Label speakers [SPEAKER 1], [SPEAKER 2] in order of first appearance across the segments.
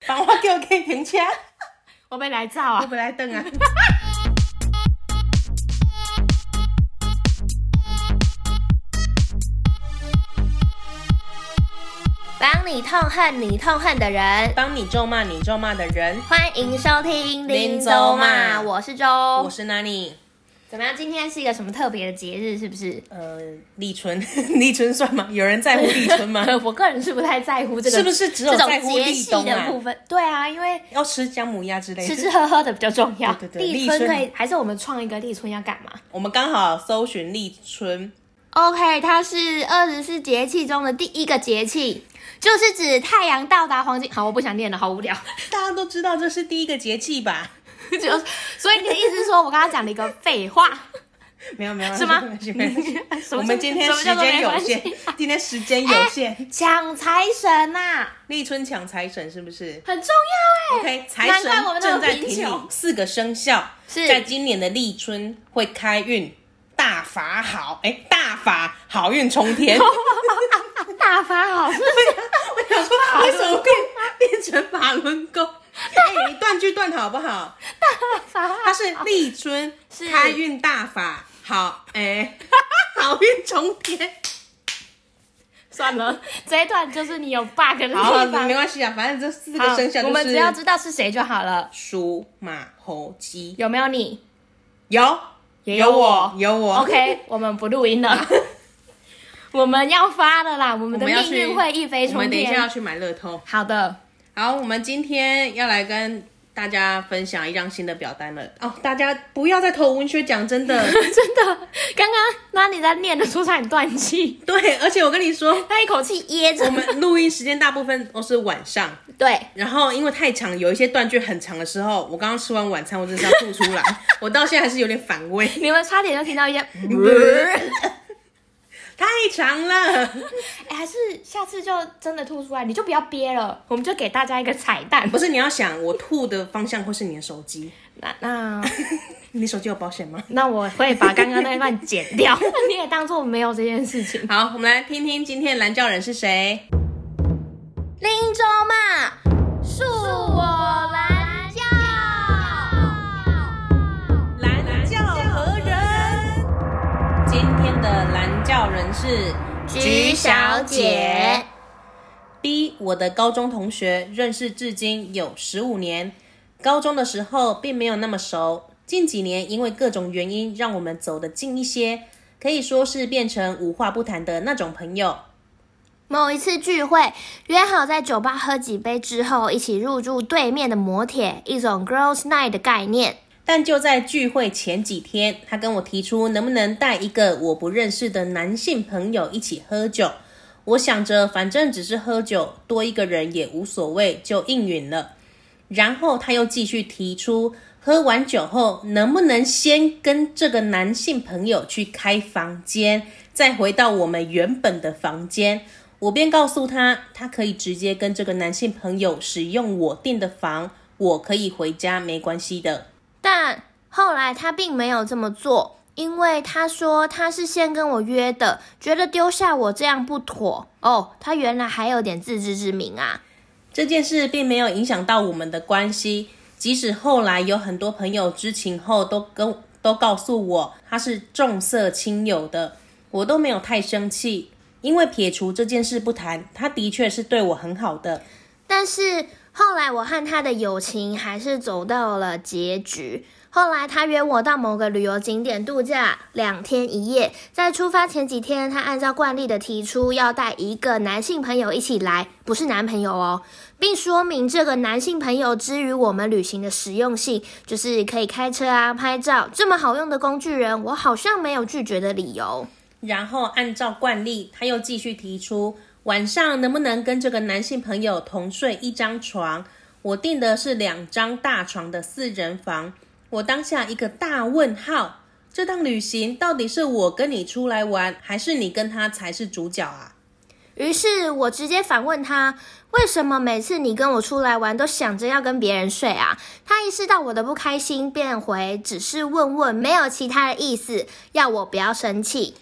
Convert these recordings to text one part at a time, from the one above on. [SPEAKER 1] 钱钱，
[SPEAKER 2] 我要来走 啊
[SPEAKER 1] 我！本来等啊。
[SPEAKER 3] 帮你痛恨你痛恨的人，
[SPEAKER 1] 帮你咒骂你咒骂的人，
[SPEAKER 3] 欢迎收听
[SPEAKER 1] 林州骂
[SPEAKER 3] 我是周，
[SPEAKER 1] 我是 Nani。
[SPEAKER 3] 怎么样？今天是一个什么特别的节日？是不是？
[SPEAKER 1] 呃，立 春，立春算吗？有人在 乎立春吗？
[SPEAKER 3] 我个人是不太在乎这个，
[SPEAKER 1] 是不是只有
[SPEAKER 3] 这种
[SPEAKER 1] 在乎
[SPEAKER 3] 节
[SPEAKER 1] 立
[SPEAKER 3] 气
[SPEAKER 1] 冬
[SPEAKER 3] 的
[SPEAKER 1] 啊
[SPEAKER 3] 部分？对啊，因为
[SPEAKER 1] 要吃姜母鸭之类
[SPEAKER 3] 吃
[SPEAKER 1] 的。
[SPEAKER 3] 吃喝喝的比较重要。
[SPEAKER 1] 对对对
[SPEAKER 2] 立
[SPEAKER 1] 立
[SPEAKER 2] 春
[SPEAKER 1] 春
[SPEAKER 2] 可以，还是我们创一个立春要干嘛？
[SPEAKER 1] 我们刚好搜寻立春，
[SPEAKER 3] OK，它是二十四节气中的第一个节气，就是指太阳到达黄金。好，我不想念了，好无聊。
[SPEAKER 1] 大家都知道这是第一个节气吧？
[SPEAKER 2] 就所以你的意思是说我刚刚讲了一个废话？
[SPEAKER 1] 没有没 有，
[SPEAKER 2] 是 吗
[SPEAKER 1] 没关系没关 系
[SPEAKER 2] 什么
[SPEAKER 1] 我们今天
[SPEAKER 2] 什么
[SPEAKER 1] 时
[SPEAKER 2] 叫做
[SPEAKER 1] 间
[SPEAKER 2] 没
[SPEAKER 1] 有
[SPEAKER 2] 关系
[SPEAKER 1] 限，今天时间有限。
[SPEAKER 3] 抢财神呐、
[SPEAKER 1] 立春抢财神是不是
[SPEAKER 2] 啊很重要哎、
[SPEAKER 1] ？OK，财
[SPEAKER 2] 难
[SPEAKER 1] 神
[SPEAKER 2] 怪我们那
[SPEAKER 1] 正
[SPEAKER 2] 么
[SPEAKER 1] 在
[SPEAKER 2] 贫
[SPEAKER 1] 挺你
[SPEAKER 2] 穷
[SPEAKER 1] 四个生肖，
[SPEAKER 3] 是
[SPEAKER 1] 在今年的立春会开运，大法好，哎、大法好运冲 天。
[SPEAKER 2] 大发好是
[SPEAKER 1] 我想说，为什么变变成法轮功？哎、你断句断好不 好？
[SPEAKER 2] 发好
[SPEAKER 1] 它是立春
[SPEAKER 3] 是
[SPEAKER 1] 开运大法好， 哎、好运冲天。
[SPEAKER 2] 算了，这一段就是你有 bug 的地
[SPEAKER 1] 好了，
[SPEAKER 2] 方。
[SPEAKER 1] 没关系啊，反正这四个
[SPEAKER 2] 好
[SPEAKER 1] 生肖
[SPEAKER 2] 我
[SPEAKER 1] 就
[SPEAKER 2] 们只要
[SPEAKER 1] 是
[SPEAKER 2] 知道是谁就好了。
[SPEAKER 1] 鼠、马、猴、鸡，
[SPEAKER 2] 有没有你？
[SPEAKER 1] 有
[SPEAKER 2] 也
[SPEAKER 1] 有
[SPEAKER 2] 有我
[SPEAKER 1] 有我。
[SPEAKER 2] OK，我们不录 音了，我们要发了啦，我们的
[SPEAKER 1] 要
[SPEAKER 2] 命
[SPEAKER 1] 去
[SPEAKER 2] 运会一飞
[SPEAKER 1] 我
[SPEAKER 2] 冲
[SPEAKER 1] 们等一下要
[SPEAKER 2] 天。
[SPEAKER 1] 去买乐透。
[SPEAKER 2] 好的，
[SPEAKER 1] 好，我们今天要来跟大家分享一张新的表单了哦。大家不要再投文学奖，真的。
[SPEAKER 2] 真的，刚刚那你在念的时候差点断气，
[SPEAKER 1] 对，而且我跟你说，
[SPEAKER 2] 他一口气噎着
[SPEAKER 1] 我。们录音时间大部分都是晚上，
[SPEAKER 2] 对，
[SPEAKER 1] 然后因为太长，有一些断句很长的时候，我刚刚吃完晚餐，我真的是要吐出 来，我到现在还是有点反 胃，
[SPEAKER 2] 你们差点就听到一些，哎、
[SPEAKER 1] 太长了。
[SPEAKER 2] 哎还是下次就真的吐出来，你就不要憋了，我们就给大家一个彩蛋。
[SPEAKER 1] 不是你要想，我吐的方向会是你的手机，
[SPEAKER 2] 那 那
[SPEAKER 1] 你手机有保险吗？
[SPEAKER 2] 那我会把刚刚那一段剪掉， 你也当做没有这件事情。
[SPEAKER 1] 好，我们来听听今天蓝教人是谁。
[SPEAKER 3] 林州骂，恕我蓝教。
[SPEAKER 1] 蓝教何人？今天的蓝教人是
[SPEAKER 3] 菊小姐。
[SPEAKER 1] B，我的高中同学，认识至今有十五年。高中的时候并没有那么熟，近几年因为各种原因，让我们走得近一些，可以说是变成无话不谈的那种朋友。
[SPEAKER 3] 某一次聚会，约好在酒吧喝几杯之后，一起入住对面的摩铁，一种 girls night 的概念。
[SPEAKER 1] 但就在聚会前几天，他跟我提出能不能带一个我不认识的男性朋友一起喝酒。我想着反正只是喝酒，多一个人也无所谓，就应允了。然后他又继续提出，喝完酒后能不能先跟这个男性朋友去开房间，再回到我们原本的房间。我便告诉他，他可以直接跟这个男性朋友使用我订的房，我可以回家，没关系的。
[SPEAKER 3] 但后来他并没有这么做，因为他说他是先跟我约的，觉得丢下我这样不妥。哦，他原来还有点自知之明啊。
[SPEAKER 1] 这件事并没有影响到我们的关系，即使后来有很多朋友知情后都跟都告诉我他是重色轻友的，我都没有太生气，因为撇除这件事不谈，他的确是对我很好的。
[SPEAKER 3] 但是后来我和他的友情还是走到了结局。后来他约我到某个旅游景点度假两天一夜，在出发前几天，他按照惯例的提出要带一个男性朋友一起来，不是男朋友哦，并说明这个男性朋友之于我们旅行的实用性，就是可以开车啊、拍照这么好用的工具人，我好像没有拒绝的理由。
[SPEAKER 1] 然后按照惯例，他又继续提出晚上能不能跟这个男性朋友同睡一张床。我订的是两张大床的四人房。我当下一个大问号：这趟旅行到底是我跟你出来玩，还是你跟他才是主角啊？
[SPEAKER 3] 于是我直接反问他：“为什么每次你跟我出来玩，都想着要跟别人睡啊？”他意识到我的不开心，便回：“只是问问，没有其他的意思，要我不要生气。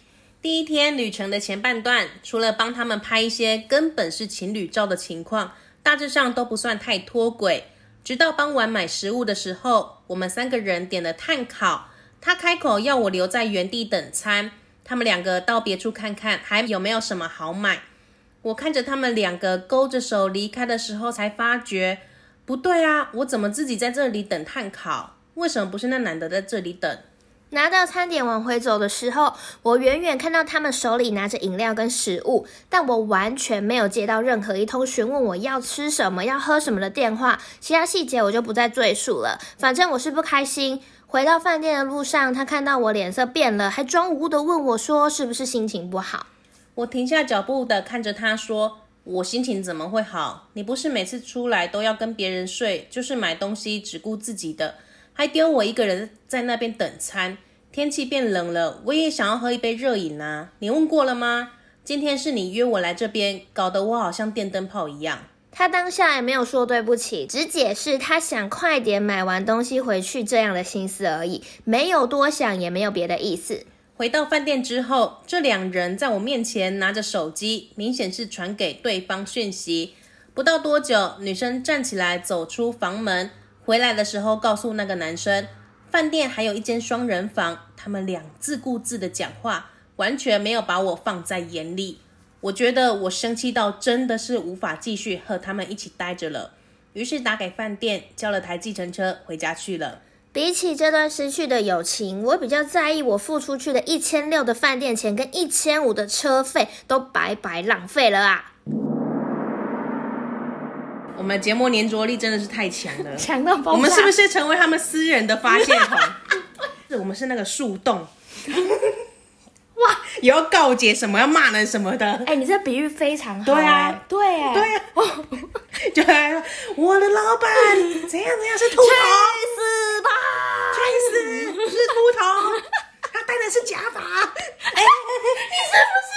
[SPEAKER 1] 第一天旅程的前半段，除了帮他们拍一些根本是情侣照的情况，大致上都不算太脱轨。直到傍晚买食物的时候，我们三个人点了炭烤，他开口要我留在原地等餐，他们两个到别处看看还有没有什么好买。我看着他们两个勾着手离开的时候，才发觉不对啊！我怎么自己在这里等炭烤？为什么不是那男的在这里等？
[SPEAKER 3] 拿到餐点往回走的时候，我远远看到他们手里拿着饮料跟食物，但我完全没有接到任何一通询问我要吃什么、要喝什么的电话。其他细节我就不再赘述了，反正我是不开心。回到饭店的路上，他看到我脸色变了，还装无辜的问我说：“是不是心情不好
[SPEAKER 1] 我停下脚步的看着他说：“我心情怎么会好？你不是每次出来都要跟别人睡，就是买东西只顾自己的，还丢我一个人在那边等餐。天气变冷了，我也想要喝一杯热饮啊！你问过了吗？今天是你约我来这边，搞得我好像电灯泡一样。？”
[SPEAKER 3] 他当下也没有说对不起，只解释他想快点买完东西回去这样的心思而已，没有多想，也没有别的意思。
[SPEAKER 1] 回到饭店之后，这两人在我面前拿着手机，明显是传给对方讯息。不到多久，女生站起来走出房门，回来的时候告诉那个男生，饭店还有一间双人房。他们俩自顾自的讲话，完全没有把我放在眼里。我觉得我生气到真的是无法继续和他们一起待着了，于是打给饭店叫了台计程车回家去了。
[SPEAKER 3] 比起这段失去的友情，我比较在意我付出去的一千六的饭店钱跟一千五的车费都白白浪费了啊！
[SPEAKER 1] 我们节目粘着力真的是太强了，
[SPEAKER 2] 强到爆炸。
[SPEAKER 1] 我们是不是成为他们私人的发泄 筒？是我们是那个树洞，
[SPEAKER 2] 哇？
[SPEAKER 1] 也要告解什么，要骂人什么的，
[SPEAKER 2] 哎、你这比喻非常好、
[SPEAKER 1] 对啊
[SPEAKER 2] 哎对、哎
[SPEAKER 1] 对啊就来了我的老板怎样怎样是秃头，
[SPEAKER 2] 死吧！
[SPEAKER 1] 确实是秃头， 他戴的是假发，
[SPEAKER 2] 哎、你是不是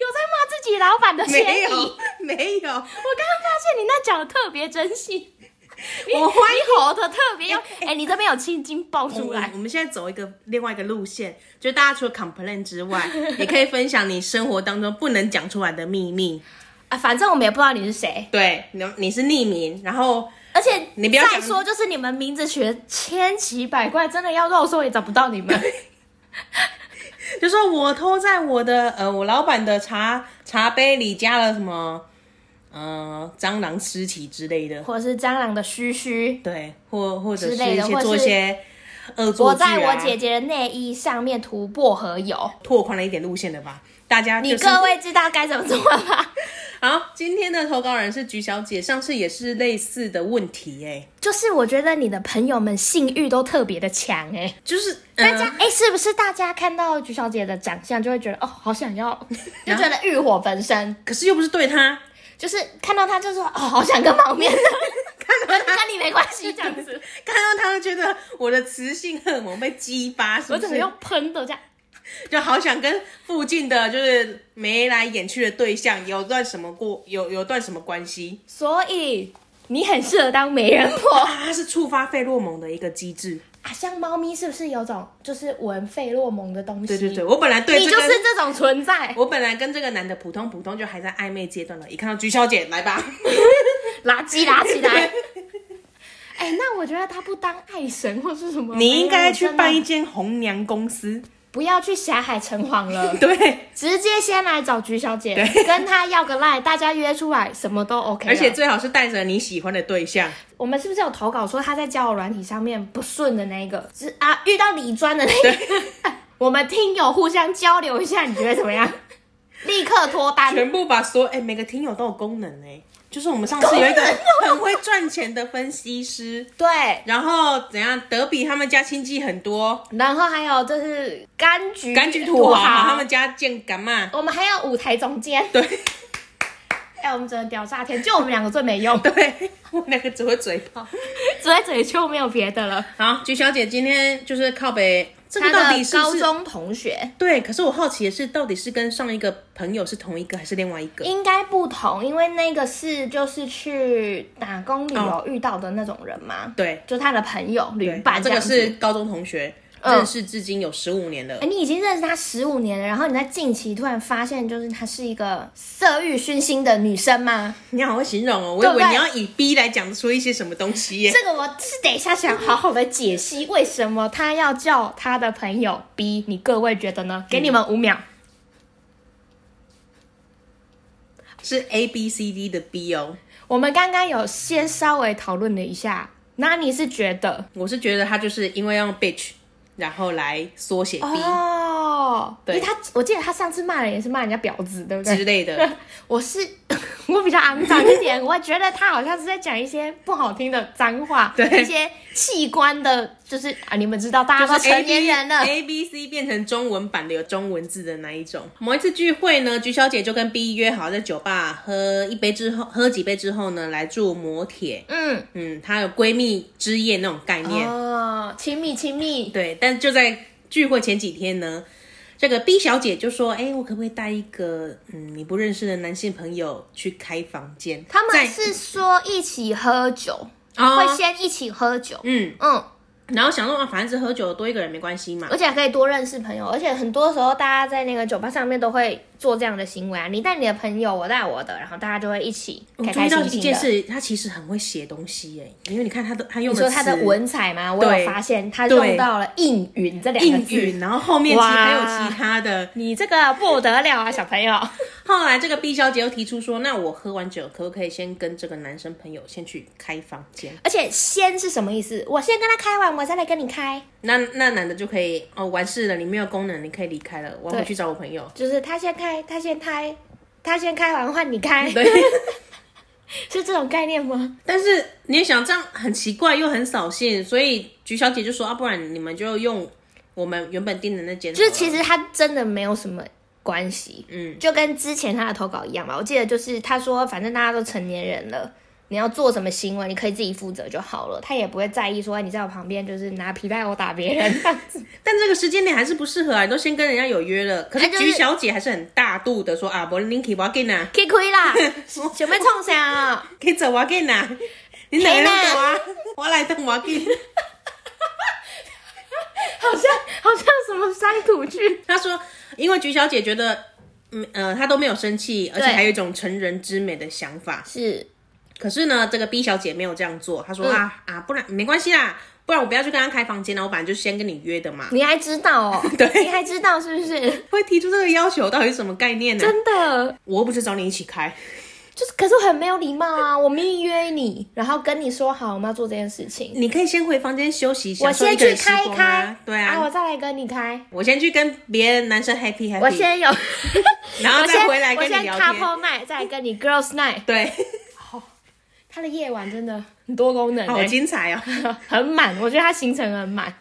[SPEAKER 2] 有在骂自己老板的嫌
[SPEAKER 1] 没
[SPEAKER 2] 疑？我刚
[SPEAKER 1] 有没有，
[SPEAKER 2] 刚发现你那脚特别真细，你
[SPEAKER 1] 我怀疑
[SPEAKER 2] 你吼的特别用，哎、你这边有青筋爆
[SPEAKER 1] 我
[SPEAKER 2] 出
[SPEAKER 1] 们
[SPEAKER 2] 来
[SPEAKER 1] 我，们现在走一个另外一个路线，就是大家除了 complain 之外，也可以分享你生活当中不能讲出来的秘密。
[SPEAKER 2] 啊，反正我们也不知道你是谁，
[SPEAKER 1] 对，你你是匿名，然后
[SPEAKER 2] 而且
[SPEAKER 1] 你不要
[SPEAKER 2] 再
[SPEAKER 1] 讲
[SPEAKER 2] 说，就是你们名字取得千奇百怪，真的要肉搜也找不到你 们。
[SPEAKER 1] 就说我偷在我的呃我老板的茶茶杯里加了什么呃蟑螂尸体之类的，
[SPEAKER 2] 或者是蟑螂的须须，
[SPEAKER 1] 对，或或者是
[SPEAKER 2] 之类
[SPEAKER 1] 一
[SPEAKER 2] 的
[SPEAKER 1] 些
[SPEAKER 2] 或
[SPEAKER 1] 做一
[SPEAKER 2] 是
[SPEAKER 1] 些恶作
[SPEAKER 2] 我
[SPEAKER 1] 剧啊，
[SPEAKER 2] 在我姐姐的内衣上面涂薄荷油。
[SPEAKER 1] 拓宽了一点路线的吧。大家、就是、
[SPEAKER 2] 你各位知道该怎么做了吧？
[SPEAKER 1] 好，今天的投稿人是菊小姐，上次也是类似的问题哎、
[SPEAKER 2] 就是我觉得你的朋友们性欲都特别的强哎、
[SPEAKER 1] 就是
[SPEAKER 2] 大家
[SPEAKER 1] 呃、
[SPEAKER 2] 哎、是不是大家看到菊小姐的长相就会觉得哦，好想 要，就觉得欲火焚身，
[SPEAKER 1] 可是又不是对她，
[SPEAKER 2] 就是看到她就说哦，好想跟旁边的，
[SPEAKER 1] 看到
[SPEAKER 2] 跟
[SPEAKER 1] 她
[SPEAKER 2] 跟你没关系这样子。
[SPEAKER 1] 看到她就觉得我的雌性荷尔蒙被激发，是
[SPEAKER 2] 我
[SPEAKER 1] 不
[SPEAKER 2] 怎么
[SPEAKER 1] 是？
[SPEAKER 2] 用喷的这样？
[SPEAKER 1] 就好想跟附近的就是眉来眼去的对象有段什么过有有段什么关系
[SPEAKER 2] 所以你很适合当媒人婆
[SPEAKER 1] 啊？它是触发费洛蒙的一个机制。
[SPEAKER 2] 啊，像猫咪是不是有种就是闻费洛蒙的东西？
[SPEAKER 1] 对对对，我本来对
[SPEAKER 2] 你
[SPEAKER 1] 这
[SPEAKER 2] 就
[SPEAKER 1] 个，
[SPEAKER 2] 是这种 存在，
[SPEAKER 1] 我本来跟这个男的普通普通，就还在暧昧阶段了。一看到菊小姐来吧，
[SPEAKER 2] 垃圾垃圾来。 哎、那我觉得他不当爱神或是什么，
[SPEAKER 1] 你应该去办一
[SPEAKER 2] 哎，
[SPEAKER 1] 间红娘公司。，
[SPEAKER 2] 不要去霞海城隍了
[SPEAKER 1] 对，啊
[SPEAKER 2] 直接先来找菊小姐，跟她要个赖，大家约出来，什么都 OK 了。
[SPEAKER 1] 而且最好是带着你喜欢的对象。
[SPEAKER 2] 我们是不是有投稿说她在交友软体上面不顺的那一个，是啊，遇到李专的那个， 我们听友互相交流一下，你觉得怎 么样？立刻脱单，
[SPEAKER 1] 全部把所有哎、每个听友都有功能哎、就是我们上次有一个很会赚钱的分析师，
[SPEAKER 2] 对。
[SPEAKER 1] 然后怎样？德比他们家亲戚很多，
[SPEAKER 2] 然后还有就是柑橘
[SPEAKER 1] 柑橘土豪他们家见干嘛？
[SPEAKER 2] 我们还有舞台总监，
[SPEAKER 1] 对
[SPEAKER 2] 哎、我们只能屌炸天，就我们两个最没用，
[SPEAKER 1] 对， 我那个只会嘴炮。
[SPEAKER 2] 只会嘴臭，没有别的了。
[SPEAKER 1] 好，菊小姐今天就是靠北，这
[SPEAKER 2] 他
[SPEAKER 1] 个到底
[SPEAKER 2] 的
[SPEAKER 1] 是不
[SPEAKER 2] 高
[SPEAKER 1] 是？
[SPEAKER 2] 中同学
[SPEAKER 1] 对，可是我好奇的是，到底是跟上一个朋友是同一个还是另外一个？
[SPEAKER 2] 应该不同，因为那个是就是去打工旅游遇到的那种人嘛，
[SPEAKER 1] 对
[SPEAKER 2] 就他的朋友旅
[SPEAKER 1] 哦对，
[SPEAKER 2] 伴
[SPEAKER 1] 这
[SPEAKER 2] 样
[SPEAKER 1] 个
[SPEAKER 2] 子
[SPEAKER 1] 是高中同学，
[SPEAKER 2] 嗯
[SPEAKER 1] 认识至今有十五年了
[SPEAKER 2] 哎、。你已经认识她十五年了，然后你在近期突然发现，就是她是一个色欲熏心的女生吗？
[SPEAKER 1] 你好会形容哦，我以
[SPEAKER 2] 对不
[SPEAKER 1] 为
[SPEAKER 2] 对
[SPEAKER 1] 你要以 B 来讲出一些什么东西耶。
[SPEAKER 2] 这个我是等一下想好好的解析，为什么她要叫她的朋友 B？你各位觉得呢？
[SPEAKER 1] 嗯
[SPEAKER 2] 给你们五秒。
[SPEAKER 1] 是 A B C D 的 B 哦。
[SPEAKER 2] 我们刚刚有先稍微讨论了一下，那你是觉得
[SPEAKER 1] 我是觉得他就是因为要用 bitch，然后来缩写 B
[SPEAKER 2] 哦，因
[SPEAKER 1] 对
[SPEAKER 2] 为她我记得她上次骂人也是骂人家婊子，对不对
[SPEAKER 1] 之？类的。
[SPEAKER 2] 我是我比较肮脏一点，我觉得他好像是在讲一些不好听的脏话，
[SPEAKER 1] 对
[SPEAKER 2] 一些器官的，就是啊，你们知道大家都
[SPEAKER 1] 就是哎 A
[SPEAKER 2] 成
[SPEAKER 1] B
[SPEAKER 2] 年人了，
[SPEAKER 1] A B C 变成中文版的有中文字的那一种。某一次聚会呢，菊小姐就跟 B 约好在酒吧喝一杯之后，喝几杯之后呢，来住摩铁。
[SPEAKER 2] 嗯，
[SPEAKER 1] 嗯，她有闺蜜之夜那种概念。
[SPEAKER 2] 哦，亲密亲密，
[SPEAKER 1] 对，但就在聚会前几天呢，这个 B 小姐就说：“哎、我可不可以带一个嗯你不认识的男性朋友去开房间？”
[SPEAKER 3] 他们
[SPEAKER 1] 在
[SPEAKER 3] 是说一起喝酒，会
[SPEAKER 1] 哦，
[SPEAKER 3] 先一起喝酒，
[SPEAKER 1] 嗯，
[SPEAKER 3] 嗯，
[SPEAKER 1] 然后想说啊，反正是喝酒多一个人没关系嘛。
[SPEAKER 2] 而且还可以多认识朋友，而且很多时候大家在那个酒吧上面都会做这样的行为啊，你带你的朋友，我带我的，然后大家就会一起
[SPEAKER 1] 我
[SPEAKER 2] 开
[SPEAKER 1] 注意
[SPEAKER 2] 开
[SPEAKER 1] 到
[SPEAKER 2] 心
[SPEAKER 1] 一
[SPEAKER 2] 心
[SPEAKER 1] 件
[SPEAKER 2] 的。
[SPEAKER 1] 事，他其实很会写东西耶，因为你看他的他用
[SPEAKER 2] 你
[SPEAKER 1] 的
[SPEAKER 2] 说
[SPEAKER 1] 词
[SPEAKER 2] 他的文采吗？我
[SPEAKER 1] 对
[SPEAKER 2] 有发现他用
[SPEAKER 1] 对
[SPEAKER 2] 到了“应允”这两个
[SPEAKER 1] 应
[SPEAKER 2] 字，
[SPEAKER 1] 允，然后后面其
[SPEAKER 2] 哇
[SPEAKER 1] 还有其他的。
[SPEAKER 2] 你这个不得了啊，小朋友。
[SPEAKER 1] 后来这个 B 小姐又提出说，那我喝完酒可不可以先跟这个男生朋友先去开房间？
[SPEAKER 2] 而且先是什么意思？我先跟他开完，我再来跟你开。
[SPEAKER 1] 那那男的就可以哦，完事了，你没有功能，你可以离开了，我要回
[SPEAKER 2] 对
[SPEAKER 1] 去找我朋友。
[SPEAKER 2] 就是他先开，他先开，他先开完换你开，
[SPEAKER 1] 对，
[SPEAKER 2] 是这种概念吗？
[SPEAKER 1] 但是你也想这样很奇怪又很扫兴，所以菊小姐就说啊，不然你们就用我们原本订的那间好
[SPEAKER 2] 就
[SPEAKER 1] 了，
[SPEAKER 2] 是其实他真的没有什么关系，
[SPEAKER 1] 嗯，
[SPEAKER 2] 就跟之前他的投稿一样嘛。我记得就是他说，反正大家都成年人了。你要做什么行为，你可以自己负责就好了。他也不会在意说哎你在我旁边就是拿皮带殴打别 人这样子。
[SPEAKER 1] 但这个时间点还是不适合啊，你都先跟人家有约了。可是
[SPEAKER 2] 哎就是
[SPEAKER 1] 菊小姐还是很大度的说 啊，不然你去我给呐，
[SPEAKER 2] 可以亏啦，准备冲啥啊？
[SPEAKER 1] 可以走我给呐， 你哪个人走啊？ 我来等我给。
[SPEAKER 2] 好像 好像什么山土剧。
[SPEAKER 1] 她说，因为菊小姐觉得，嗯呃，她都没有生气，而且还有一种成人之美的想法。
[SPEAKER 2] 是，
[SPEAKER 1] 可是呢，这个 B 小姐没有这样做，她说、
[SPEAKER 2] 嗯
[SPEAKER 1] 啊啊，不然没关系啦，不然我不要去跟她开房间了，我本来就先跟你约的嘛。
[SPEAKER 2] 你还知道哦？
[SPEAKER 1] 对
[SPEAKER 2] 你还知道是不是？
[SPEAKER 1] 会提出这个要求到底是什么概念呢？
[SPEAKER 2] 真的，
[SPEAKER 1] 我又不是找你一起开，
[SPEAKER 2] 就是可是我很没有礼貌啊！我明明约你，然后跟你说好我们要做这件事情，
[SPEAKER 1] 你可以先回房间休息，享
[SPEAKER 2] 我
[SPEAKER 1] 受
[SPEAKER 2] 先
[SPEAKER 1] 一个
[SPEAKER 2] 去
[SPEAKER 1] 人时
[SPEAKER 2] 开一
[SPEAKER 1] 光
[SPEAKER 2] 开
[SPEAKER 1] 啊，。对
[SPEAKER 2] 我再来跟你开。
[SPEAKER 1] 我先去跟别人男生 happy happy，
[SPEAKER 2] 我先有，
[SPEAKER 1] 然后
[SPEAKER 2] 我
[SPEAKER 1] 再
[SPEAKER 2] 先
[SPEAKER 1] 回来跟
[SPEAKER 2] 我
[SPEAKER 1] 你
[SPEAKER 2] 先
[SPEAKER 1] 聊
[SPEAKER 2] couple
[SPEAKER 1] 天。
[SPEAKER 2] night，再来跟你 girls night。
[SPEAKER 1] 对，
[SPEAKER 2] 他的夜晚真的很多功能、
[SPEAKER 1] 好
[SPEAKER 2] 欸，
[SPEAKER 1] 精彩哦！
[SPEAKER 2] 很满。我觉得他行程很满。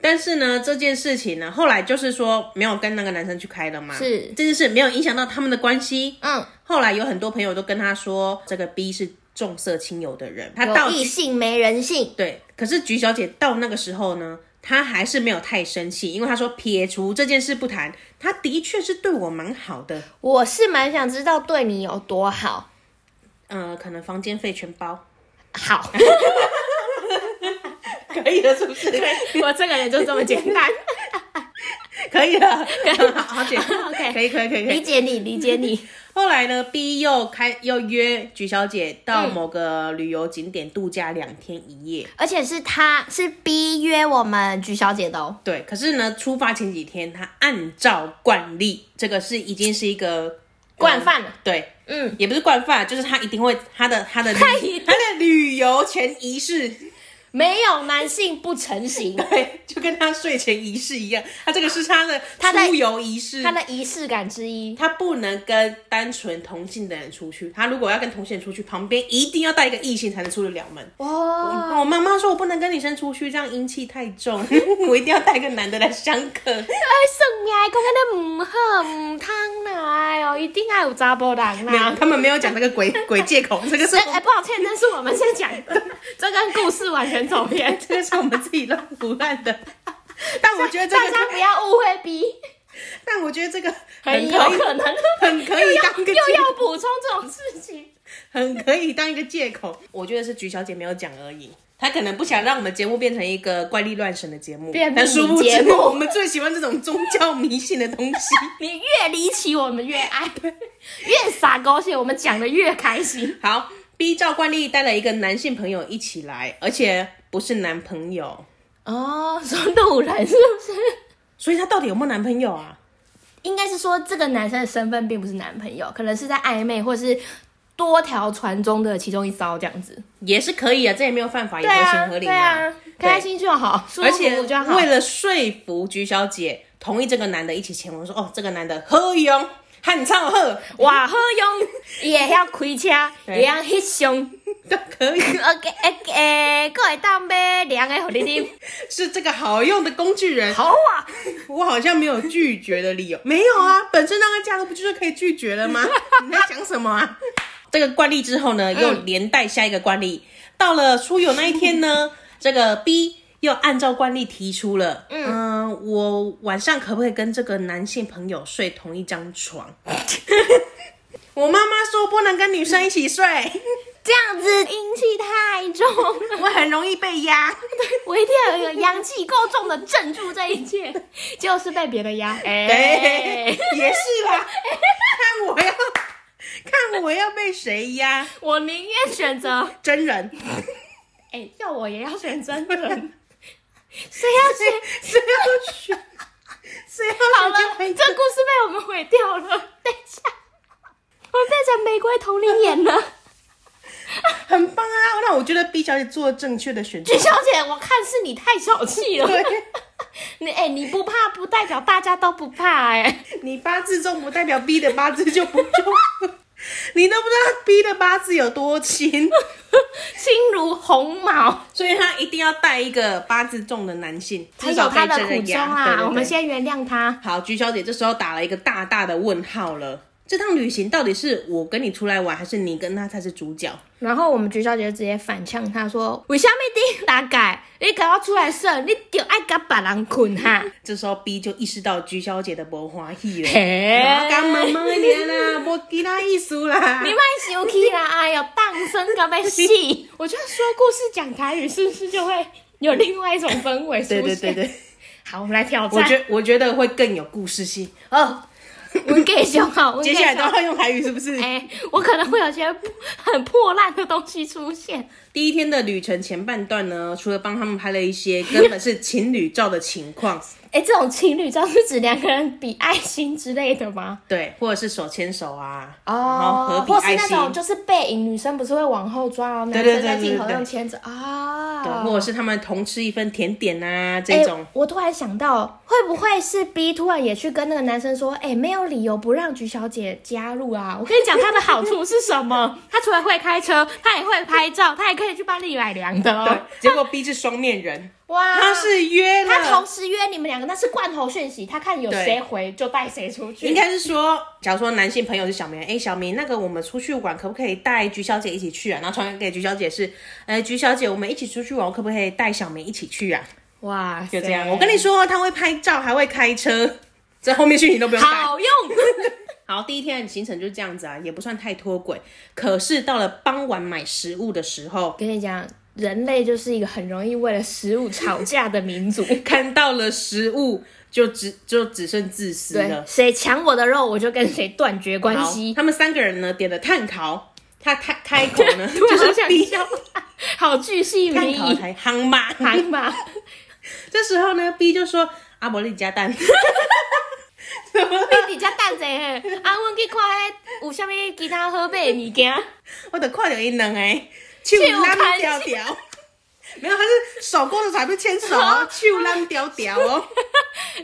[SPEAKER 1] 但是呢，这件事情呢，后来就是说没有跟那个男生去开了嘛，
[SPEAKER 2] 是
[SPEAKER 1] 这件事没有影响到他们的关系。
[SPEAKER 2] 嗯，
[SPEAKER 1] 后来有很多朋友都跟他说，这个 B 是重色轻友的人，他到
[SPEAKER 2] 有异性没人性。
[SPEAKER 1] 对，可是菊小姐到那个时候呢，她还是没有太生气，因为她说撇除这件事不谈，她的确是对我蛮好的，
[SPEAKER 2] 我是蛮想知道对你有多好。
[SPEAKER 1] 呃，可能房间费全包，
[SPEAKER 2] 好，
[SPEAKER 1] 可以了是不是？
[SPEAKER 2] 我这个人就这么简单。
[SPEAKER 1] 可以了，好好姐
[SPEAKER 2] OK
[SPEAKER 1] 可以可以可以可
[SPEAKER 2] 理
[SPEAKER 1] 以。
[SPEAKER 2] 解你，理解 你。
[SPEAKER 1] 后来呢，B 又开又约菊小姐到
[SPEAKER 2] 嗯
[SPEAKER 1] 某个旅游景点度假两天一夜。
[SPEAKER 3] 而且是他是 B 约我们菊小姐的哦，
[SPEAKER 1] 对，可是呢，出发前几天，她按照惯例，这个是已经是一个呃
[SPEAKER 2] 惯犯了，
[SPEAKER 1] 对，
[SPEAKER 2] 嗯，
[SPEAKER 1] 也不是惯犯，就是她一定会她的她的旅
[SPEAKER 2] 她一定
[SPEAKER 1] 她的旅游前仪式，
[SPEAKER 2] 没有男性不成型，
[SPEAKER 1] 对， 就跟她睡前仪式一样，她这个是她的
[SPEAKER 2] 她在
[SPEAKER 1] 出游仪式，
[SPEAKER 2] 他的仪式感之一。
[SPEAKER 1] 他不能跟单纯同性的人出去，他如果要跟同性人出去，旁边一定要带一个异性才能出得了门。
[SPEAKER 2] 哇，
[SPEAKER 1] 我妈妈说我不能跟女生出去，这样阴气太重， 我一定要带个男的来相 克。
[SPEAKER 2] 哎算命讲安尼唔好唔通来哦，一定要有查甫人
[SPEAKER 1] 没有，
[SPEAKER 2] 啦。
[SPEAKER 1] 他们没有讲那个鬼 鬼借口，这个是
[SPEAKER 2] 这哎、抱歉，那是我们先讲 的，这跟故事完全走 偏。
[SPEAKER 1] 这个是我们自己乱胡乱的。 但我觉得这
[SPEAKER 2] 大
[SPEAKER 1] 个，
[SPEAKER 2] 家不要误会 B，
[SPEAKER 1] 但我觉得这个
[SPEAKER 2] 很
[SPEAKER 1] 很可
[SPEAKER 2] 有
[SPEAKER 1] 以，
[SPEAKER 2] 可能
[SPEAKER 1] 很可以当个
[SPEAKER 2] 又
[SPEAKER 1] 借
[SPEAKER 2] 要补充这种事情。
[SPEAKER 1] 很可以当一个借口。我觉得是菊小姐没有讲而已。他可能不想让我们节目变成一个怪力乱神的节目，
[SPEAKER 2] 变
[SPEAKER 1] 但殊不
[SPEAKER 2] 迷你节
[SPEAKER 1] 知
[SPEAKER 2] 目
[SPEAKER 1] 我们最喜欢这种宗教迷信的东西。
[SPEAKER 2] 你越离奇，我们越爱，越撒狗血，我们讲的越开心。
[SPEAKER 1] 好，B 照惯例带了一个男性朋友一起来，而且不是男朋友，
[SPEAKER 2] 哦，说路人是不是？
[SPEAKER 1] 所以他到底有没有男朋友啊？
[SPEAKER 2] 应该是说这个男生的身份并不是男朋友，可能是在暧昧或是多条船中的其中一艘这样子。
[SPEAKER 1] 也是可以啊，这也没有犯法，也
[SPEAKER 2] 对
[SPEAKER 1] 合情
[SPEAKER 2] 啊，
[SPEAKER 1] 合理
[SPEAKER 2] 对
[SPEAKER 1] 嘛。
[SPEAKER 2] 啊，开心就好，舒
[SPEAKER 1] 而且
[SPEAKER 2] 服就好。
[SPEAKER 1] 为了说服菊小姐同意这个男的一起前往，说哦，这个男的何勇汉超赫
[SPEAKER 2] 哇，好用也要开车，
[SPEAKER 1] 对
[SPEAKER 2] 也要翕 相。
[SPEAKER 1] 都可以，
[SPEAKER 2] OK OK，过会当买凉的互你啉。
[SPEAKER 1] 是这个好用的工具人。
[SPEAKER 2] 好啊，
[SPEAKER 1] 我好像没有拒绝的理由，没有 啊，本身让他嫁了，不就是可以拒绝了 吗？你在讲什么啊？嗯这个惯例之后呢，又连带下一个惯例，到了出游那一天呢，这个 B 又按照惯例提出了，嗯、我晚上可不可以跟这个男性朋友睡同一张 床？我妈妈说不能跟女生一起 睡，
[SPEAKER 2] 这样子阴气太 重了，
[SPEAKER 1] 我很容易被压。
[SPEAKER 2] 我一定要有一个阳气够重的镇住这一切，就是被别的压。 哎、
[SPEAKER 1] 对，也是啦，看我要 看我要被谁压，
[SPEAKER 2] 我宁愿选择，
[SPEAKER 1] 真人。
[SPEAKER 2] 哎、要我也要选真人。
[SPEAKER 1] 谁要谁谁要选？谁
[SPEAKER 2] 好
[SPEAKER 1] 要
[SPEAKER 2] 了，这
[SPEAKER 1] 选？
[SPEAKER 2] 故事被我们毁掉了。等一下，我们变成玫瑰同龄演了。
[SPEAKER 1] 很棒啊！让我觉得 B 小姐做了正确的选择
[SPEAKER 2] 菊。小姐，我看是你太小气了。
[SPEAKER 1] 对，
[SPEAKER 2] 你哎、你不怕不代表大家都不怕哎、
[SPEAKER 1] 你八字重不代表 B 的八字就不重，你都不知道 B 的八字有多轻，
[SPEAKER 2] 心如鸿毛，
[SPEAKER 1] 所以她一定要带一个八字重的男性，
[SPEAKER 2] 他
[SPEAKER 1] 至
[SPEAKER 2] 有
[SPEAKER 1] 少
[SPEAKER 2] 他
[SPEAKER 1] 可以
[SPEAKER 2] 的
[SPEAKER 1] 真
[SPEAKER 2] 苦
[SPEAKER 1] 人
[SPEAKER 2] 衷
[SPEAKER 1] 压。
[SPEAKER 2] 啊，
[SPEAKER 1] 对对对
[SPEAKER 2] 我们先原谅他。
[SPEAKER 1] 好，菊小姐这时候打了一个大大的问号了。这趟旅行到底是我跟你出来玩，还是你跟他才是主角？
[SPEAKER 2] 然后我们菊小姐就直接反呛他说：“为什么你大概你搞我出来耍，你就爱跟别人困 哈？
[SPEAKER 1] 这时候 B 就意识到菊小姐的不欢喜了，
[SPEAKER 2] 嘿
[SPEAKER 1] 我干妈妈的啦，无其他意思啦。
[SPEAKER 2] 你莫生气啦，哎呦，当声到 被死！我觉得说故事讲台语是不是就会有另外一种氛围出
[SPEAKER 1] 对
[SPEAKER 2] 现？
[SPEAKER 1] 对对对，
[SPEAKER 2] 好，我们来挑
[SPEAKER 1] 我
[SPEAKER 2] 战。
[SPEAKER 1] 觉 我觉得会更有故事性。
[SPEAKER 2] 哦，我给熊好，我
[SPEAKER 1] 接
[SPEAKER 2] 给
[SPEAKER 1] 下来都
[SPEAKER 2] 熊。
[SPEAKER 1] 要用台语是不是？
[SPEAKER 2] 哎、我可能会有些很破烂的东西出现。
[SPEAKER 1] 第一天的旅程前半段呢，除了帮他们拍了一些根本是情侣照的情况，
[SPEAKER 2] 哎、这种情侣照是指两个人比爱心之类的吗？
[SPEAKER 1] 对，或者是手牵手啊，然后合比
[SPEAKER 2] 哦或是
[SPEAKER 1] 爱
[SPEAKER 2] 那
[SPEAKER 1] 心，
[SPEAKER 2] 种就是背影，女生不是会往后抓，然后男
[SPEAKER 1] 对对
[SPEAKER 2] 生在
[SPEAKER 1] 对对
[SPEAKER 2] 镜头
[SPEAKER 1] 对
[SPEAKER 2] 上牵着啊。
[SPEAKER 1] 对，或者是他们同吃一份甜点啊
[SPEAKER 2] 哎
[SPEAKER 1] 这种。
[SPEAKER 2] 我突然想到，会不会是 B 突然也去跟那个男生说，哎、没有理由不让菊小姐加入啊？ 我跟你讲，她的好处是什 么？她除了会开车，她也会拍照，她也可以去帮你买粮的
[SPEAKER 1] 对
[SPEAKER 2] 哦。，
[SPEAKER 1] 结果 B 是双面人，
[SPEAKER 2] 哇，
[SPEAKER 1] 他是约了，
[SPEAKER 2] 他同时约你们两个，那是罐头讯息，他看有谁回就带谁出去。
[SPEAKER 1] 应该是说，假如说男性朋友是小明，哎、小明，那个我们出去玩可不可以带菊小姐一起去啊？然后传给菊小姐是，呃，菊小姐，我们一起出去玩，我可不可以带小明一起去啊？
[SPEAKER 2] 哇
[SPEAKER 1] 就
[SPEAKER 2] 塞，
[SPEAKER 1] 这样，我跟你说，他会拍照，还会开车，这后面讯息都不用带。
[SPEAKER 2] 好用。
[SPEAKER 1] 好，第一天的行程就是这样子啊，也不算太脱轨。可是到了傍晚买食物的时候，
[SPEAKER 2] 跟你讲，人类就是一个很容易为了食物吵架的民族。
[SPEAKER 1] 看到了食物就只就只剩自私
[SPEAKER 2] 对
[SPEAKER 1] 了，。
[SPEAKER 2] 谁抢我的肉，我就跟谁断绝关
[SPEAKER 1] 好
[SPEAKER 2] 系，。
[SPEAKER 1] 他们三个人呢点了碳烤，他开开口呢
[SPEAKER 2] 突
[SPEAKER 1] 就
[SPEAKER 2] 然
[SPEAKER 1] 是
[SPEAKER 2] 好想
[SPEAKER 1] B
[SPEAKER 2] 笑，好巨细
[SPEAKER 1] 碳
[SPEAKER 2] 靡
[SPEAKER 1] 烤
[SPEAKER 2] 遗。
[SPEAKER 1] 才夯 嘛。
[SPEAKER 2] 行吧，
[SPEAKER 1] 这时候呢，B 就说：“阿伯利加 蛋，
[SPEAKER 2] 你伫遮等者嘿，啊，阮去看迄有啥物其他好买的物件。
[SPEAKER 1] 我得看到一两哎，手烂条 条。”没有，他是手勾着手，还不是牵手哦，手烂条条 哦。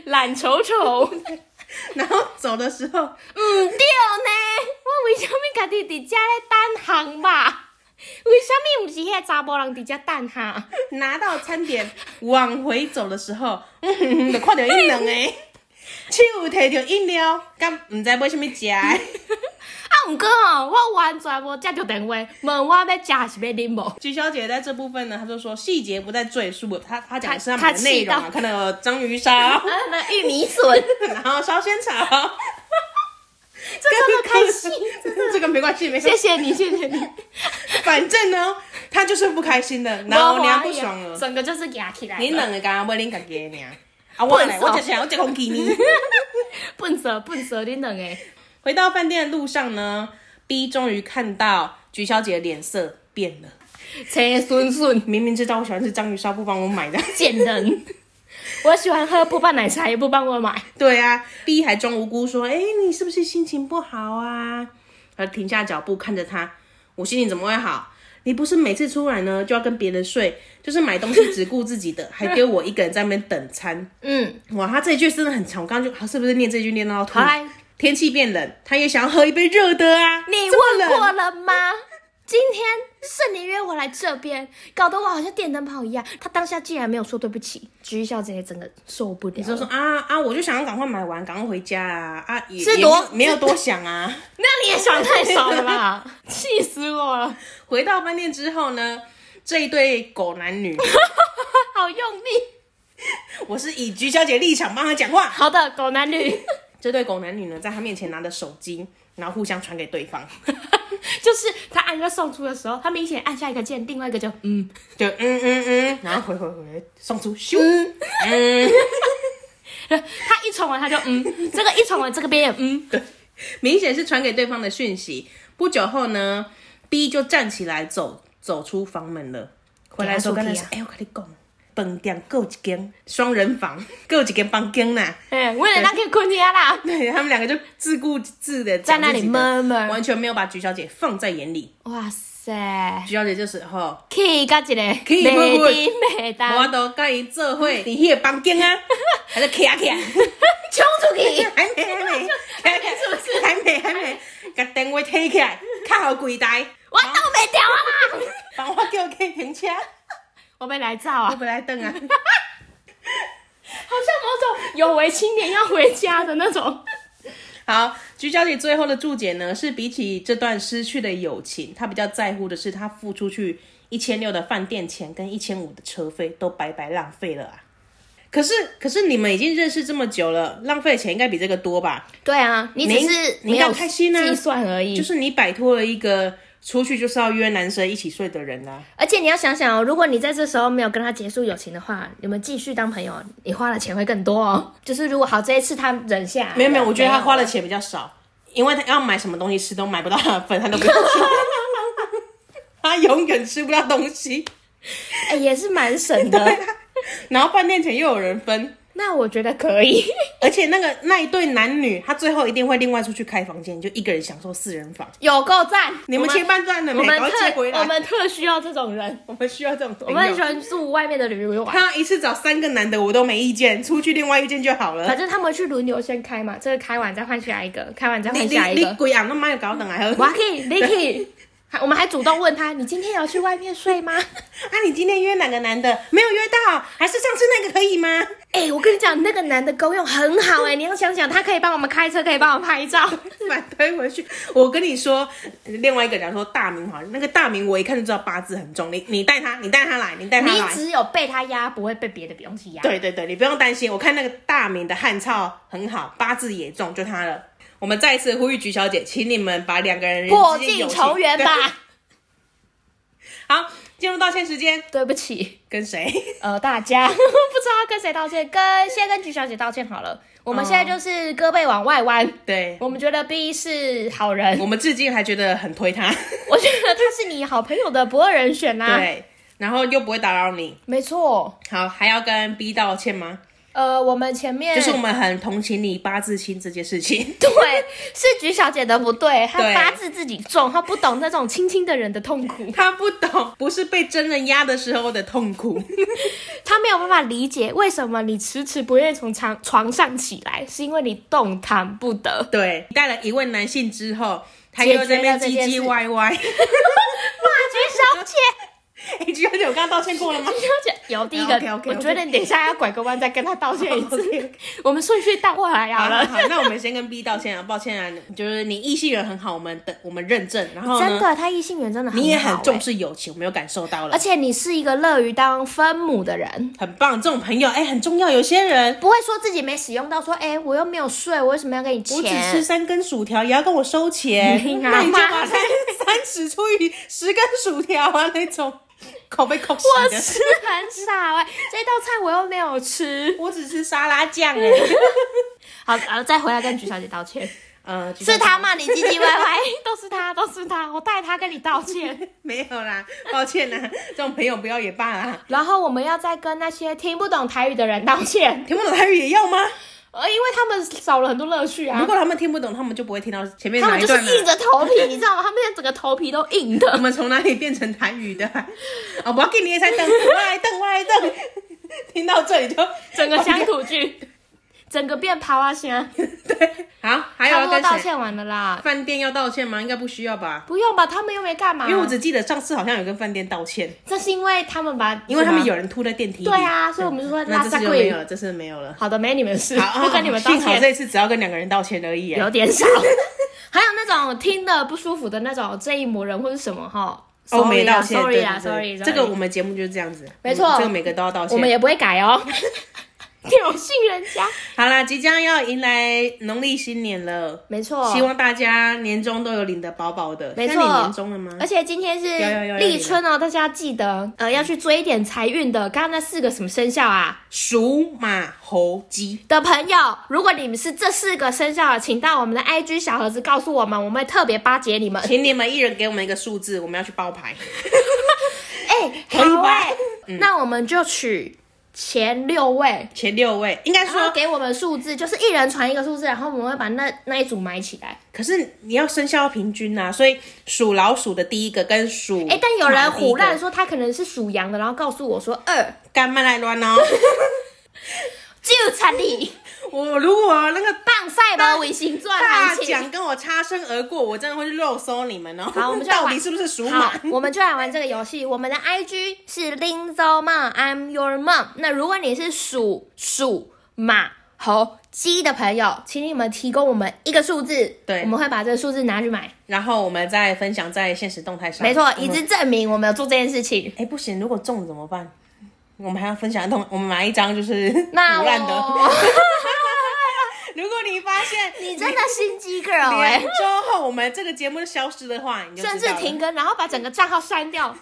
[SPEAKER 2] 懒丑丑，嗯
[SPEAKER 1] 然后走的时候，
[SPEAKER 2] 对呢，我为什么家己伫遮咧等行吧？为什么毋是迄查甫人伫遮等啊哈？
[SPEAKER 1] 拿到餐点往回走的时候， 嗯哼哼，就看到一两 哎，手摕着饮料，敢唔知买什么食 的。
[SPEAKER 2] 啊，毋过吼，我完全无接到电话，问我要食是要啉无？
[SPEAKER 1] 菊小姐在这部分呢，她就说细节不再赘述，她她讲的是她
[SPEAKER 2] 她
[SPEAKER 1] 买的内容
[SPEAKER 2] 她
[SPEAKER 1] 啊，看到有章鱼烧，
[SPEAKER 2] 啊，那玉米笋，
[SPEAKER 1] 然后烧仙草，
[SPEAKER 2] 这真的 开心。
[SPEAKER 1] 这个没关系，没事
[SPEAKER 2] 谢。谢你，谢谢你。
[SPEAKER 1] 反正呢，他就是不开心的，然后你要不爽了，
[SPEAKER 2] 啊整个就是压起来了。
[SPEAKER 1] 你两个刚刚为恁家己的尔。啊，我
[SPEAKER 2] 哦
[SPEAKER 1] 嘞，我就是想要这空气呢。
[SPEAKER 2] 笨蛇笨蛇，你两个
[SPEAKER 1] 回到饭店的路上呢，B 终于看到菊小姐的脸色变了。
[SPEAKER 2] 陈孙孙
[SPEAKER 1] 明明知道我喜欢吃章鱼烧，不帮我买的。
[SPEAKER 2] 贱人。我喜欢喝不拌奶茶，也不帮我买。
[SPEAKER 1] 对啊，B 还装无辜说：“哎、你是不是心情不好啊？”而停下脚步看着他，我心情怎么会好？你不是每次出来呢就要跟别人睡，就是买东西只顾自己的， 还丢我一个人在那边等餐。
[SPEAKER 2] 嗯，
[SPEAKER 1] 哇，他这一句真的很长，我刚刚就、啊、是不是念这句念到吐
[SPEAKER 2] 好？来，
[SPEAKER 1] 天气变冷，他也想要喝一杯热的啊。
[SPEAKER 2] 你
[SPEAKER 1] 这么
[SPEAKER 2] 问
[SPEAKER 1] 冷
[SPEAKER 2] 过了
[SPEAKER 3] 妈，今天是你约我来这边，搞得我好像电灯泡一样。
[SPEAKER 2] 他当下竟然没有说对不起，菊小姐真的受不了
[SPEAKER 1] 就
[SPEAKER 2] 了。
[SPEAKER 1] 说啊啊，我就想要赶快买完，赶快回家啊啊，也
[SPEAKER 3] 是
[SPEAKER 1] 也
[SPEAKER 3] 多
[SPEAKER 1] 没有多想啊。
[SPEAKER 2] 那你也想太少了吧？ 气死我了！
[SPEAKER 1] 回到饭店之后呢，这一对狗男女，
[SPEAKER 2] 好用力。
[SPEAKER 1] 我是以菊小姐立场帮他讲话。
[SPEAKER 2] 好的，狗男女
[SPEAKER 1] 这对狗男女呢，在他面前拿着手机，然后互相传给对方，
[SPEAKER 2] 就是他按要送出的时候，他明显按下一个键，另外一个就嗯，
[SPEAKER 1] 就嗯嗯嗯，然后回回回送出咻，嗯，
[SPEAKER 2] 他一传完他就嗯，这个一传完这个边也 嗯，
[SPEAKER 1] 明显是传给对方的讯息。不久后呢，B 就站起来走走出房门了。回来的时候跟他说：“
[SPEAKER 3] 啊
[SPEAKER 1] 哎、我跟你讲，饭店够一间双人房，够一间房间呐、
[SPEAKER 2] 哎、为了让可以困家啦。
[SPEAKER 1] 对他们两个就自顾自的
[SPEAKER 2] 在那里
[SPEAKER 1] 闷闷，
[SPEAKER 2] murmur
[SPEAKER 1] 完全没有把菊小姐放在眼里。
[SPEAKER 2] 哇塞
[SPEAKER 1] 菊小姐这时候，
[SPEAKER 2] ，K 加一个
[SPEAKER 1] 气不不
[SPEAKER 2] 低美
[SPEAKER 1] 我
[SPEAKER 2] 单，
[SPEAKER 1] 都跟伊做伙，你迄个房间 啊，还是 徛徛，
[SPEAKER 2] 冲出去，
[SPEAKER 1] 还没还没，还没是不是？还没还没，甲电话提起来，卡好柜台，
[SPEAKER 2] 我倒没掉啊啦！
[SPEAKER 1] 帮我叫客停车，
[SPEAKER 2] 我被来照啊，
[SPEAKER 1] 我不来等啊。
[SPEAKER 2] 好像某种有为青年要回家的那种。
[SPEAKER 1] 好，菊小姐最后的注解呢，是比起这段失去的友情，她比较在乎的是她付出去一千六的饭店钱跟一千五的车费都白白浪费了啊。可是，可是你们已经认识这么久了，浪费的钱应该比这个多吧？
[SPEAKER 3] 对啊，你只是
[SPEAKER 1] 你
[SPEAKER 3] 没
[SPEAKER 1] 应该
[SPEAKER 3] 有
[SPEAKER 1] 开心啊，
[SPEAKER 2] 计算而已，
[SPEAKER 1] 就是你摆脱了一个出去就是要约男生一起睡的人啊啦、
[SPEAKER 3] 而且你要想想哦，如果你在这时候没有跟他结束友情的话，你们继续当朋友，你花的钱会更多哦。
[SPEAKER 2] 就是如果好这一次他忍下来了，
[SPEAKER 1] 没有没有，我觉得他花
[SPEAKER 2] 了
[SPEAKER 1] 的钱比较少，因为他要买什么东西吃都买不到他的份，他都不用吃，他永远吃不到东西。
[SPEAKER 2] 哎、也是蛮省
[SPEAKER 3] 哎
[SPEAKER 2] 的。
[SPEAKER 1] 然后饭店钱又有人分，
[SPEAKER 2] 那我觉得可以，
[SPEAKER 1] 而且那个那一对男女，他最后一定会另外出去开房间，就一个人享受四人房。
[SPEAKER 2] 有够赞。
[SPEAKER 1] 你们前半段的
[SPEAKER 2] 我
[SPEAKER 1] 没
[SPEAKER 2] 们
[SPEAKER 1] 有接
[SPEAKER 2] 特
[SPEAKER 1] 回
[SPEAKER 2] 我
[SPEAKER 1] 来，
[SPEAKER 2] 们特需要这种人，
[SPEAKER 1] 我们需要这种朋
[SPEAKER 2] 我们很喜
[SPEAKER 1] 友。
[SPEAKER 2] 欢住外面的旅馆，
[SPEAKER 1] 他一次找三个男的，我都没意见，出去另外一间就好了
[SPEAKER 2] 反。正他们去轮流先开嘛，这个开完再换下一个，开完再
[SPEAKER 1] 你
[SPEAKER 2] 换
[SPEAKER 1] 你
[SPEAKER 2] 下一
[SPEAKER 1] 你
[SPEAKER 2] 个。
[SPEAKER 1] 鬼啊！那妈有搞等来喝。
[SPEAKER 2] 哇 k i Licky，还我们还主动问他，你今天有去外面睡 吗？
[SPEAKER 1] 啊，你今天约哪个男的？没有约到，还是上次那个可以吗？
[SPEAKER 2] 哎、我跟你讲，那个男的功用很好哎、你要想想，他可以帮我们开车，可以帮我们拍 照。
[SPEAKER 1] 把推回去。我跟你说，另外一个人说大明好了，那个大明我一看就知道八字很重，你你带他，你带他来，你带他
[SPEAKER 2] 你
[SPEAKER 1] 来。
[SPEAKER 2] 只有被他压，不会被别的东西压。
[SPEAKER 1] 对对对，你不用担心，我看那个大明的汉操很好，八字也重，就他了。我们再一次呼吁菊小姐，请你们把两个人
[SPEAKER 2] 破
[SPEAKER 1] 之间
[SPEAKER 2] 镜
[SPEAKER 1] 友情
[SPEAKER 2] 重圆。吧。
[SPEAKER 1] 对好，进入道歉时间，
[SPEAKER 2] 对不起，
[SPEAKER 1] 跟谁？
[SPEAKER 2] 呃，大家 不知道跟谁道歉，跟先跟菊小姐道歉好了。我们
[SPEAKER 1] 哦
[SPEAKER 2] 现在就是胳膊往外弯，
[SPEAKER 1] 对，
[SPEAKER 2] 我们觉得 B 是好人
[SPEAKER 1] 我，们至今还觉得很推 他，
[SPEAKER 2] 我觉得他是你好朋友的不二人选啦、
[SPEAKER 1] 对，然后又不会打扰你。
[SPEAKER 2] 没错，
[SPEAKER 1] 好，还要跟 B 道歉吗？
[SPEAKER 2] 呃，我们前面
[SPEAKER 1] 就是我们很同情你八字轻这件事情。
[SPEAKER 2] 对，是菊小姐的不对，她
[SPEAKER 1] 对
[SPEAKER 2] 八字自己重，她不懂那种亲亲的人的痛苦，
[SPEAKER 1] 他不懂，不是被真人压的时候的痛苦，
[SPEAKER 2] 她没有办法理解为什么你迟迟不愿意从床床上起来，是因为你动弹不得。
[SPEAKER 1] 对，带了一位男性之后，他又在那边唧唧歪歪，
[SPEAKER 2] 哇，菊小姐，
[SPEAKER 1] 哎，居然就我跟他道歉过了吗？
[SPEAKER 2] 有第一个
[SPEAKER 1] 啊 OK，OK，OK
[SPEAKER 2] 我觉得你等一下要拐个弯再跟他道歉一次
[SPEAKER 1] OK，OK
[SPEAKER 2] 我们顺序倒过来啊
[SPEAKER 1] 好
[SPEAKER 2] 好
[SPEAKER 1] 了，
[SPEAKER 2] 了。
[SPEAKER 1] 好，那我们先跟 B 道歉啊，抱歉啊，就是你异性缘很好，我们等我们认证，然后
[SPEAKER 3] 真
[SPEAKER 1] 呢，
[SPEAKER 3] 的，他异性缘真的很好、
[SPEAKER 1] 你也很重
[SPEAKER 3] 欸，
[SPEAKER 1] 视友情，我们有感受到了
[SPEAKER 3] 而，且你是一个乐于当分母的人，
[SPEAKER 1] 很棒，这种朋友哎、很重要，有些人。
[SPEAKER 3] 不会说自己没使用到，说哎、我又没有睡，我为什么要给你
[SPEAKER 1] 我只吃
[SPEAKER 3] 钱？
[SPEAKER 1] 三根薯条也要跟我收 钱，
[SPEAKER 2] 你啊
[SPEAKER 1] 那你就
[SPEAKER 2] 妈
[SPEAKER 1] 把三 三十除以十根薯条啊那种，口被口洗
[SPEAKER 2] 我
[SPEAKER 1] 的。
[SPEAKER 2] 吃很少 哎、这道菜我又没有吃。
[SPEAKER 1] 我只吃沙拉 酱哎、
[SPEAKER 2] 好，然后再回来跟菊小姐 道歉，
[SPEAKER 1] 呃，
[SPEAKER 3] 是他骂你唧唧歪
[SPEAKER 1] 哎
[SPEAKER 3] 歪，
[SPEAKER 2] 都是他，都是他，我代他跟你道 歉。
[SPEAKER 1] 没有啦，抱歉啦，这种朋友不要也罢啦。
[SPEAKER 2] 然后我们要再跟那些听不懂台语的人道歉，
[SPEAKER 1] 听不懂台语也要吗？
[SPEAKER 2] 呃，因为他们少了很多乐趣啊
[SPEAKER 1] 如。果他们听不懂，他们就不会听到前面
[SPEAKER 3] 他
[SPEAKER 1] 哪
[SPEAKER 3] 们
[SPEAKER 1] 一
[SPEAKER 3] 就是
[SPEAKER 1] 段了。
[SPEAKER 3] 硬着头皮，你
[SPEAKER 2] 你
[SPEAKER 3] 知
[SPEAKER 2] 知
[SPEAKER 3] 道。
[SPEAKER 2] 道吗？他们现在整个头皮都硬
[SPEAKER 1] 我
[SPEAKER 2] 的。
[SPEAKER 1] 们从哪里变成台语的、 啊？哦，不要给你也在瞪，我来瞪，我来瞪。听到这里就
[SPEAKER 2] 整个 乡土剧，整个变趴啊香。
[SPEAKER 1] 好，还有
[SPEAKER 2] 差
[SPEAKER 1] 要
[SPEAKER 2] 不多
[SPEAKER 1] 跟
[SPEAKER 2] 道
[SPEAKER 1] 谁？
[SPEAKER 2] 歉完了啦，
[SPEAKER 1] 饭店要道歉吗？应该不需要吧，
[SPEAKER 2] 不用吧？他们又没干嘛。
[SPEAKER 1] 因为我只记得上次好像有跟饭店道歉，
[SPEAKER 2] 这啊是因为他们把，
[SPEAKER 1] 因为他们
[SPEAKER 2] 是吗
[SPEAKER 1] 有人吐在电梯里。
[SPEAKER 2] 对啊，所以我们就说
[SPEAKER 1] 那
[SPEAKER 2] 拉
[SPEAKER 1] 这
[SPEAKER 2] 萨
[SPEAKER 1] 次就没
[SPEAKER 2] 贵
[SPEAKER 1] 有。了，这次没有 了。
[SPEAKER 2] 好的，没你们的事，
[SPEAKER 1] 好，
[SPEAKER 2] 不跟你们道
[SPEAKER 1] 幸好这
[SPEAKER 2] 歉。
[SPEAKER 1] 一次只要跟两个人道歉而已。哎
[SPEAKER 2] 有点少， 还有那种听的不舒服的那种这一模人或是什么哈。
[SPEAKER 1] 哦，我们也道歉
[SPEAKER 2] sorry 啦
[SPEAKER 1] 对对对
[SPEAKER 2] ，sorry，
[SPEAKER 1] 这个我们节目就是这样子，
[SPEAKER 2] 没错
[SPEAKER 1] 嗯这个每个都要道
[SPEAKER 2] 我们
[SPEAKER 1] 歉。
[SPEAKER 2] 也不会改哦， 挑衅人家，
[SPEAKER 1] 好啦，即将要迎来农历新年了，
[SPEAKER 2] 没错，
[SPEAKER 1] 希望大家年终都有领得饱饱的。
[SPEAKER 2] 哦没
[SPEAKER 1] 现
[SPEAKER 2] 错哎
[SPEAKER 1] 在你年终了吗？
[SPEAKER 2] 而且今天
[SPEAKER 1] 有有有有
[SPEAKER 2] 是立春哦，大家要记得呃要去追一点财运的。刚刚那四个什么生肖啊
[SPEAKER 1] 属马、猴、鸡，
[SPEAKER 2] 的朋友，如果你们是这四个生肖的，请到我们的 IG 小盒子告诉我们，我们会特别巴结你们。
[SPEAKER 1] 请你们一人给我们一个数字，我们要去包牌。
[SPEAKER 2] 哎、
[SPEAKER 1] 可以吧
[SPEAKER 2] 好哎、
[SPEAKER 1] 嗯
[SPEAKER 2] 那我们就取前六位。
[SPEAKER 1] 前六位应该
[SPEAKER 2] 然后
[SPEAKER 1] 说，
[SPEAKER 2] 给我们数字，就是一人传一个数字，然后我们会把那那一组埋起来。
[SPEAKER 1] 可是你要生肖要平均呐、所以属老鼠的第一个跟属
[SPEAKER 2] 哎、但有
[SPEAKER 1] 马
[SPEAKER 2] 人
[SPEAKER 1] 的第一
[SPEAKER 2] 胡
[SPEAKER 1] 个
[SPEAKER 2] 乱说他可能是属羊的，然后告诉我说二，
[SPEAKER 1] 干嘛来 乱哦？
[SPEAKER 2] 就差你
[SPEAKER 1] 我如果那个
[SPEAKER 2] 棒赛吧，伪星座
[SPEAKER 1] 大
[SPEAKER 2] 行情。
[SPEAKER 1] 奖跟我擦身而过，我真的会去肉搜你们哦。
[SPEAKER 2] 好我们就来
[SPEAKER 1] 到
[SPEAKER 2] 玩
[SPEAKER 1] 底是不是属
[SPEAKER 2] 好
[SPEAKER 1] 马？，
[SPEAKER 2] 我们就来玩这个游戏。我们的 IG 是 Linzo Mom I'm Your Mom。那如果你是属鼠、马、猴、鸡的朋友，请你们提供我们一个数字，
[SPEAKER 1] 对
[SPEAKER 2] 我们会把这个数字拿去买。
[SPEAKER 1] 然后我们再分享在现实动态上。
[SPEAKER 2] 没错，
[SPEAKER 1] 嗯
[SPEAKER 2] 以资证明我们有做这件事情。
[SPEAKER 1] 哎、不行，如果中了怎么办？我们还要分享一通，我们买一张就是
[SPEAKER 2] 那
[SPEAKER 1] 腐烂的。
[SPEAKER 2] 我
[SPEAKER 1] 如果你发现
[SPEAKER 2] 你真的心机 girl 哎、
[SPEAKER 1] 两周后我们这个节目就消失的话，你就知道
[SPEAKER 2] 甚
[SPEAKER 1] 了
[SPEAKER 2] 至停。更，然后把整个账号删掉。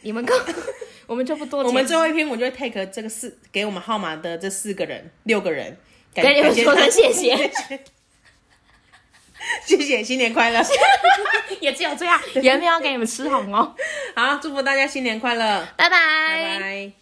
[SPEAKER 2] 你们跟 我们就不多解释，
[SPEAKER 1] 我们最后一篇，我就会 take 这个四给我们号码的这四个人、六个人，感
[SPEAKER 2] 跟你们
[SPEAKER 1] 感谢
[SPEAKER 2] 说声
[SPEAKER 1] 他
[SPEAKER 2] 谢谢
[SPEAKER 1] 谢谢，新年快乐！
[SPEAKER 2] 也只有这样，也没有给你们吃红哦。
[SPEAKER 1] 好，祝福大家新年快乐，
[SPEAKER 2] 拜拜。
[SPEAKER 1] 拜拜。